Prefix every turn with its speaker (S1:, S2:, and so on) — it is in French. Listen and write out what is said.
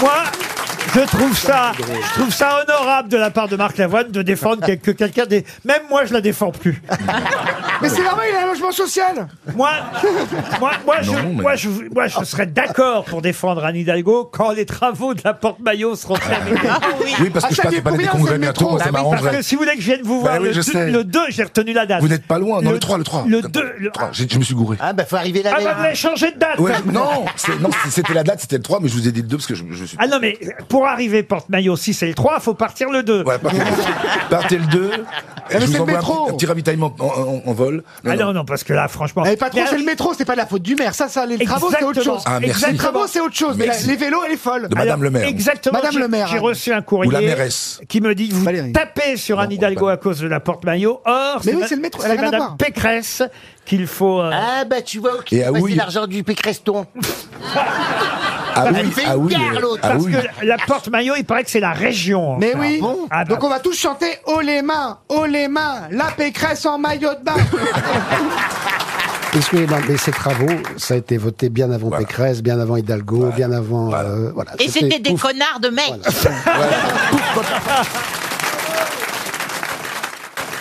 S1: Moi, je trouve ça, je trouve ça honorable de la part de Marc Lavoine de défendre quel- que quelqu'un des. Même moi, je la défends plus.
S2: Mais c'est normal, il a un logement social
S1: Moi, moi, moi, je, moi, je, moi, je serais d'accord pour défendre Anne Hidalgo quand les travaux de la porte maillot seront terminés.
S3: Ah Oui, parce
S2: Ah,
S3: que je
S2: ça
S3: passe
S2: y est,
S3: des palais des
S2: combien,
S3: congrès
S2: c'est le
S3: bientôt,
S2: métro Bah
S3: ça
S2: oui,
S1: Parce
S3: m'arrangerait.
S1: que si vous voulez que je vienne vous
S3: Bah
S1: voir
S3: oui,
S1: le,
S3: je
S1: deux-
S3: sais.
S1: le 2, j'ai retenu la date.
S3: Vous n'êtes pas loin, non, le 3, le 3.
S1: Le 2, le
S3: Je me suis gouré.
S4: Ah, bah, faut arriver la
S1: Ah,
S4: veille.
S1: bah, vous avez changé de date.
S3: Ouais, je- non, c'est- non, c'est- c'était la date, c'était le 3, mais je vous ai dit le 2 parce que je, je suis.
S1: Ah non, mais pour arriver porte-maillot, si c'est le 3, faut partir le 2.
S3: Ouais, partez, partez le 2.
S2: mais c'est
S3: je vous
S2: le
S3: envoie un
S2: métro.
S3: petit, un petit ravitaillement en, en- en vol. Non,
S1: Ah
S3: non.
S1: non, non, parce que là, franchement.
S2: Eh, patron,
S1: Mais-
S2: c'est le métro, c'est pas de la faute du maire. Ça, ça, les travaux, c'est autre
S1: Exactement.
S2: chose.
S3: Ah, merci.
S2: les travaux, c'est autre chose. Mais la-
S3: Merci.
S2: les vélos, elle est folle.
S3: De Madame
S1: Alors,
S3: le maire.
S1: Exactement.
S2: Madame
S1: j'ai-
S2: le maire,
S1: J'ai
S2: hein.
S1: reçu un courrier.
S3: Ou la mairesse.
S1: Qui me dit vous
S2: Valérie. ben.
S1: tapez sur Anne
S3: on
S1: Hidalgo
S3: peut
S1: à cause de la porte maillot. Or,
S2: Mais oui,
S1: ma-
S2: c'est le métro, elle a
S1: C'est
S2: rien à
S1: Madame
S2: voir.
S1: Pécresse qu'il faut. euh,
S4: Ah, bah, tu vois, qui
S3: Et à
S4: c'est
S3: Houille.
S4: l'argent du Pécreston.
S3: Ah oui,
S4: fait
S3: ah
S4: une
S3: oui.
S4: guerre,
S3: euh,
S4: l'autre,
S3: ah
S1: parce
S3: oui.
S1: que la porte maillot, il paraît que c'est la région.
S2: Mais oui.
S1: Ah, bah.
S2: Donc on va tous chanter haut les mains, haut les mains, la pécresse en maillot de bain.
S5: Excusez, non, mais ces travaux, ça a été voté bien avant Pécresse, bien avant Hidalgo, bien avant. euh, voilà,
S6: Et c'était des
S5: ouf.
S6: connards de mecs.
S3: Ouais. Pourquoi,